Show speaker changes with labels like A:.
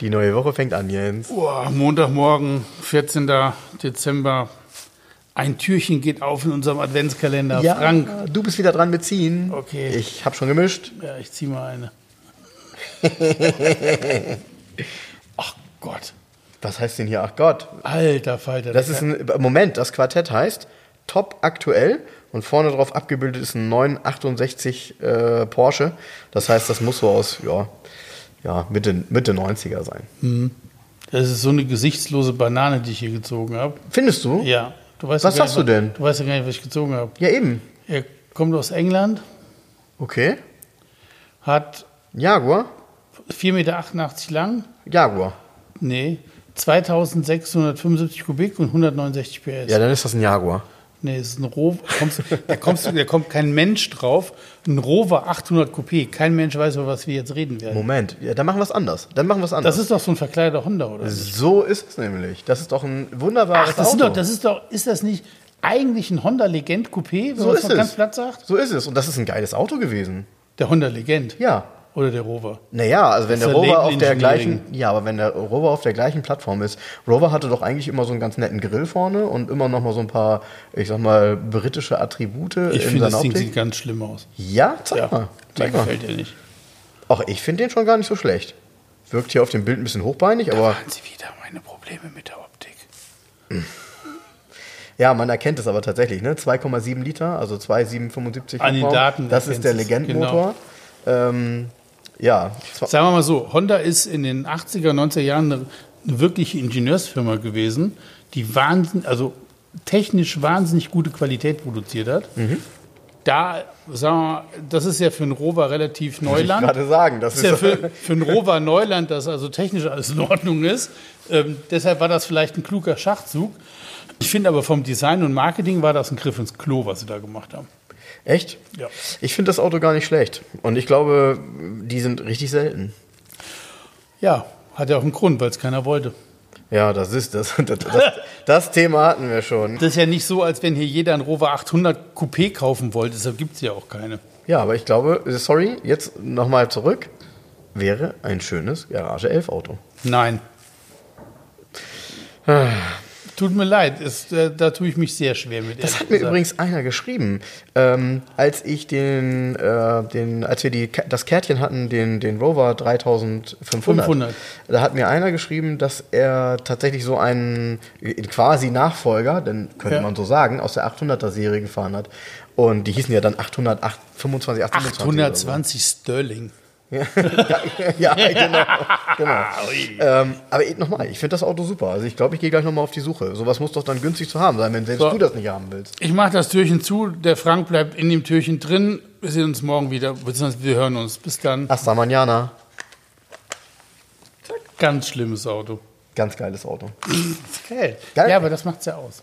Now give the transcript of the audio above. A: Die neue Woche fängt an, Jens.
B: Boah, Montagmorgen, 14. Dezember. Ein Türchen geht auf in unserem Adventskalender. Frank.
A: du bist wieder dran mit Ziehen.
B: Okay.
A: Ich habe schon gemischt.
B: Ja, ich zieh mal eine. Ach Gott.
A: Was heißt denn hier? Ach Gott.
B: Alter Falter.
A: Das ist ein Moment, das Quartett heißt Top aktuell und vorne drauf abgebildet ist ein 968 äh, Porsche. Das heißt, das muss so aus ja, ja, Mitte, Mitte 90er sein.
B: das ist so eine gesichtslose Banane, die ich hier gezogen habe.
A: Findest du?
B: Ja. Du weißt
A: Was
B: ja gar
A: sagst
B: nicht,
A: du denn?
B: Du weißt ja gar nicht, was ich gezogen habe.
A: Ja, eben.
B: Er kommt aus England,
A: Okay.
B: hat
A: Jaguar?
B: 4,88 Meter lang,
A: Jaguar.
B: nee, 2675 Kubik und 169 PS.
A: Ja, dann ist das ein Jaguar.
B: Nee, es ist ein Rover. Kommst, da, kommst du, da kommt kein Mensch drauf. Ein Rover 800 Coupé. Kein Mensch weiß, über was wir jetzt reden werden.
A: Moment, ja, dann machen wir es anders. Dann machen wir es anders.
B: Das ist doch so ein verkleideter Honda, oder?
A: so ist es nämlich. Das ist doch ein wunderbares
B: Ach, das, sind
A: Auto.
B: doch, das ist doch, ist das nicht eigentlich ein Honda Legend Coupé, wenn
A: so
B: man es
A: ist
B: mal
A: es.
B: ganz platt sagt?
A: So ist es. Und das ist ein geiles Auto gewesen.
B: Der Honda Legend.
A: Ja.
B: Oder der Rover.
A: Naja, also wenn
B: Das
A: der
B: ist ja
A: Rover auf der
B: Label-Engineering.
A: gleichen, ja, aber wenn der Rover auf der gleichen Plattform ist, Rover hatte doch eigentlich immer so einen ganz netten Grill vorne und immer noch mal so ein paar, ich sag mal, britische Attribute
B: Ich
A: in
B: finde,
A: seiner
B: das Ding sieht
A: Optik.
B: ganz schlimm aus.
A: Ja, zeig mal,
B: Ja, mir
A: zeig mal.
B: gefällt dir nicht.
A: Auch ich finde den schon gar nicht so schlecht. Wirkt hier auf dem Bild ein bisschen hochbeinig, aber
B: Haben Sie wieder meine Probleme mit der Optik?
A: ja, man erkennt es aber tatsächlich, ne? 2,7 Liter, also 2,775
B: An den
A: Hubraum.
B: Daten Genau.
A: Das ist der
B: erkennst du's,
A: Legendenmotor. Ähm, ja, zwar-
B: Sagen wir mal so, Honda ist in den 80er, 90er Jahren eine, eine wirkliche Ingenieursfirma gewesen, die wahnsinn, also technisch wahnsinnig gute Qualität produziert hat.
A: Mhm.
B: Da, sagen wir mal, das ist ja für einen Rover relativ
A: ich
B: Neuland.
A: gerade sagen, das
B: Das
A: ist,
B: ist ja für, für einen Rover Neuland, dass also technisch alles in Ordnung ist. Ähm, deshalb war das vielleicht ein kluger Schachzug. Ich finde aber vom Design und Marketing war das ein Griff ins Klo, was sie da gemacht haben.
A: echt.
B: Ja.
A: Ich finde das Auto gar nicht schlecht und ich glaube, die sind richtig selten.
B: Ja, hat ja auch einen Grund, weil es keiner wollte.
A: Ja, das ist das. Das, das, das Thema hatten wir schon.
B: Das ist ja nicht so, als wenn hier jeder einen Rover 800 Coupé kaufen wollte. Deshalb gibt es ja auch keine.
A: Ja, aber ich glaube, sorry, jetzt nochmal zurück. Wäre ein schönes Garage 11 Auto.
B: Nein. Tut mir leid, es, äh, da tue ich mich sehr schwer mit.
A: Das
B: ehrlich
A: hat mir
B: gesagt.
A: übrigens einer geschrieben, ähm, als ich den, äh, den, als wir die, Ka- das Kärtchen hatten, den, den Rover 3500.
B: 500.
A: Da hat mir einer geschrieben, dass er tatsächlich so einen äh, quasi Nachfolger, denn könnte
B: Ja.
A: man so sagen, aus der 800er Serie gefahren hat. Und die hießen ja dann 808, 25, 28. oder so.
B: 820 Sterling.
A: ja, genau. genau.
B: Ah,
A: ähm, aber eh, nochmal, ich finde das Auto super. Also ich glaube, ich gehe gleich nochmal auf die Suche. Sowas muss doch dann günstig zu haben sein, wenn selbst
B: So.
A: du das nicht haben willst.
B: Ich mache das Türchen zu. Der Frank bleibt in dem Türchen drin. Wir sehen uns morgen wieder, beziehungsweise wir hören uns. Bis dann.
A: Asta Manjana,
B: Ganz schlimmes Auto.
A: ganz geiles Auto.
B: Geil.
A: Geil.
B: Ja, aber das macht's ja aus.